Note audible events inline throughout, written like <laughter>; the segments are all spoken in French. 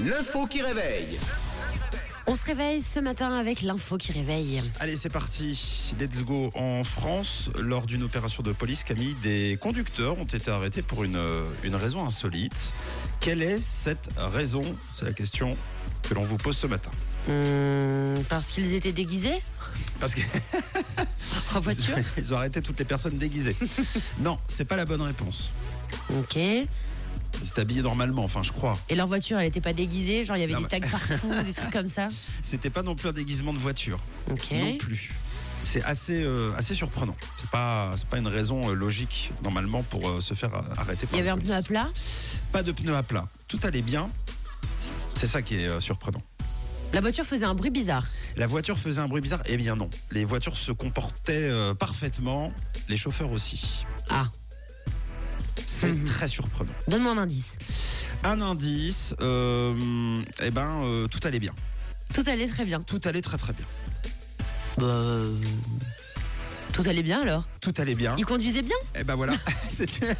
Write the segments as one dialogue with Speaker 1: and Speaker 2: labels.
Speaker 1: L'info qui réveille.
Speaker 2: On se réveille ce matin avec l'info qui réveille.
Speaker 3: Allez, c'est parti. Let's go. En France, lors d'une opération de police, Camille, des conducteurs ont été arrêtés pour une, euh, une raison insolite. Quelle est cette raison C'est la question que l'on vous pose ce matin.
Speaker 2: Hum, parce qu'ils étaient déguisés
Speaker 3: Parce que
Speaker 2: <laughs> en voiture.
Speaker 3: <laughs> ils ont arrêté toutes les
Speaker 2: <laughs>
Speaker 3: personnes déguisées. non, c'est pas la bonne réponse.
Speaker 2: Ok. Et
Speaker 3: Ils étaient habillés normalement, enfin, je crois.
Speaker 2: leur voiture, elle n'était pas déguisée, genre il y avait
Speaker 3: Non,
Speaker 2: des <laughs>
Speaker 3: mais-
Speaker 2: tags partout, des trucs comme ça.
Speaker 3: C'était pas non plus un déguisement de voiture.
Speaker 2: Ok.
Speaker 3: non plus. C'est assez, euh, assez surprenant. C'est pas, c'est pas une raison euh, logique normalement pour euh, se faire euh, arrêter. Par
Speaker 2: Il y avait
Speaker 3: la
Speaker 2: un
Speaker 3: police.
Speaker 2: pneu à plat.
Speaker 3: Pas de pneu à plat. Tout allait bien. C'est ça qui est euh, surprenant.
Speaker 2: La voiture faisait un bruit bizarre.
Speaker 3: La voiture faisait un bruit bizarre. Eh bien non. Les voitures se comportaient euh, parfaitement. Les chauffeurs aussi.
Speaker 2: Ah,
Speaker 3: C'est
Speaker 2: Mhm.
Speaker 3: très surprenant.
Speaker 2: donne-moi un indice.
Speaker 3: Un indice. euh, eh ben euh, tout allait bien.
Speaker 2: Tout allait très bien.
Speaker 3: Tout allait très très bien.
Speaker 2: Bah, euh, Tout allait bien alors.
Speaker 3: Tout allait bien.
Speaker 2: Ils conduisaient bien
Speaker 3: Eh ben voilà, <laughs> c'est une...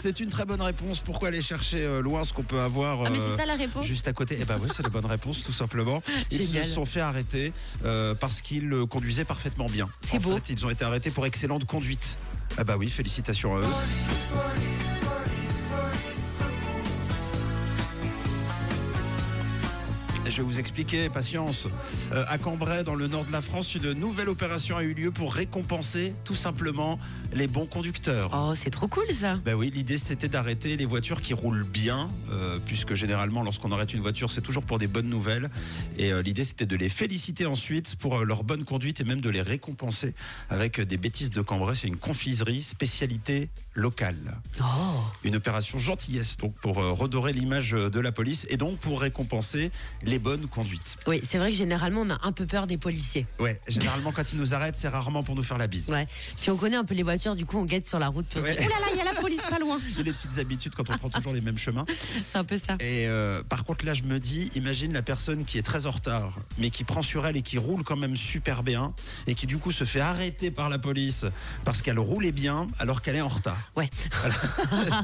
Speaker 3: c'est une très bonne réponse. Pourquoi aller chercher euh, loin ce qu'on peut avoir
Speaker 2: Ah, mais
Speaker 3: euh,
Speaker 2: c'est ça la réponse
Speaker 3: Juste à côté, eh ben oui, c'est la bonne réponse, tout simplement. Ils
Speaker 2: Génial.
Speaker 3: se sont fait arrêter euh, parce qu'ils euh, conduisaient parfaitement bien.
Speaker 2: C'est
Speaker 3: En
Speaker 2: beau.
Speaker 3: fait, ils ont été arrêtés pour excellente conduite. Ah bah oui, félicitations à eux. Je vais vous expliquer, patience. Euh, à Cambrai, dans le nord de la France, une nouvelle opération a eu lieu pour récompenser tout simplement les bons conducteurs.
Speaker 2: Oh, c'est trop cool ça.
Speaker 3: Ben oui, l'idée c'était d'arrêter les voitures qui roulent bien, euh, puisque généralement lorsqu'on arrête une voiture c'est toujours pour des bonnes nouvelles. Et euh, l'idée c'était de les féliciter ensuite pour euh, leur bonne conduite et même de les récompenser avec euh, des bêtises de Cambrai. C'est une confiserie spécialité locale.
Speaker 2: Oh.
Speaker 3: Une opération gentillesse donc pour euh, redorer l'image euh, de la police et donc pour récompenser les bonnes conduites.
Speaker 2: Oui, c'est vrai que généralement on a un peu peur des policiers.
Speaker 3: Ouais, généralement quand ils nous arrêtent c'est rarement pour nous faire la bise.
Speaker 2: Ouais. Puis on connaît un peu les voitures, du coup on guette sur la route. Puis on se dit,
Speaker 3: Ouais.
Speaker 2: oh là là, il y a la police pas loin.
Speaker 3: C'est les petites habitudes quand on prend toujours les mêmes chemins.
Speaker 2: <laughs> C'est un peu ça.
Speaker 3: Et euh, par contre, là, je me dis, imagine la personne qui est très en retard, mais qui prend sur elle et qui roule quand même super bien, et qui du coup se fait arrêter par la police parce qu'elle roulait bien alors qu'elle est en retard. <laughs>
Speaker 2: Ouais.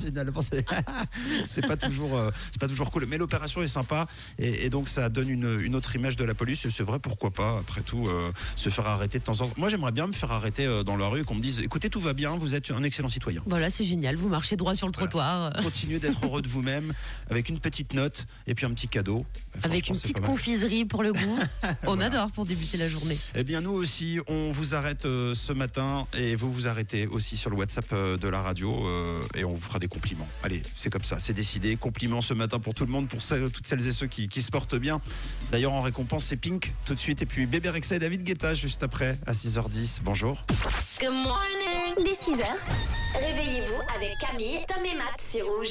Speaker 3: Finalement, c'est- <laughs> c'est pas toujours, euh, c'est pas toujours cool. Mais l'opération est sympa, et, et donc ça donne une, une autre image de la police. Et c'est vrai, pourquoi pas Après tout, euh, se faire arrêter de temps en temps. Moi, j'aimerais bien me faire arrêter euh, dans la rue et qu'on me dise, écoutez, tout va bien, vous êtes un excellent citoyen.
Speaker 2: Voilà, c'est génial. Vous marchez droit sur le trottoir. euh,
Speaker 3: Continuez d'être heureux de vous-même avec une petite note et puis un petit cadeau. Bah,
Speaker 2: Avec une
Speaker 3: franchement, c'est
Speaker 2: petite
Speaker 3: pas mal.
Speaker 2: confiserie pour le
Speaker 3: <laughs>
Speaker 2: goût. On adore pour débuter la journée.
Speaker 3: Eh bien, nous aussi, on vous arrête euh, ce matin et vous vous arrêtez aussi sur le WhatsApp euh, de la radio euh, et on vous fera des compliments. Allez, c'est comme ça, c'est décidé. Compliments ce matin pour tout le monde, pour celles- toutes celles et ceux qui, qui se portent bien. D'ailleurs, en récompense, c'est Pink tout de suite et puis Bébé Rexa et David Guetta juste après à 6h10. Bonjour.
Speaker 4: Dès 6h, réveillez-vous avec Camille, Tom et Matt sur Rouge.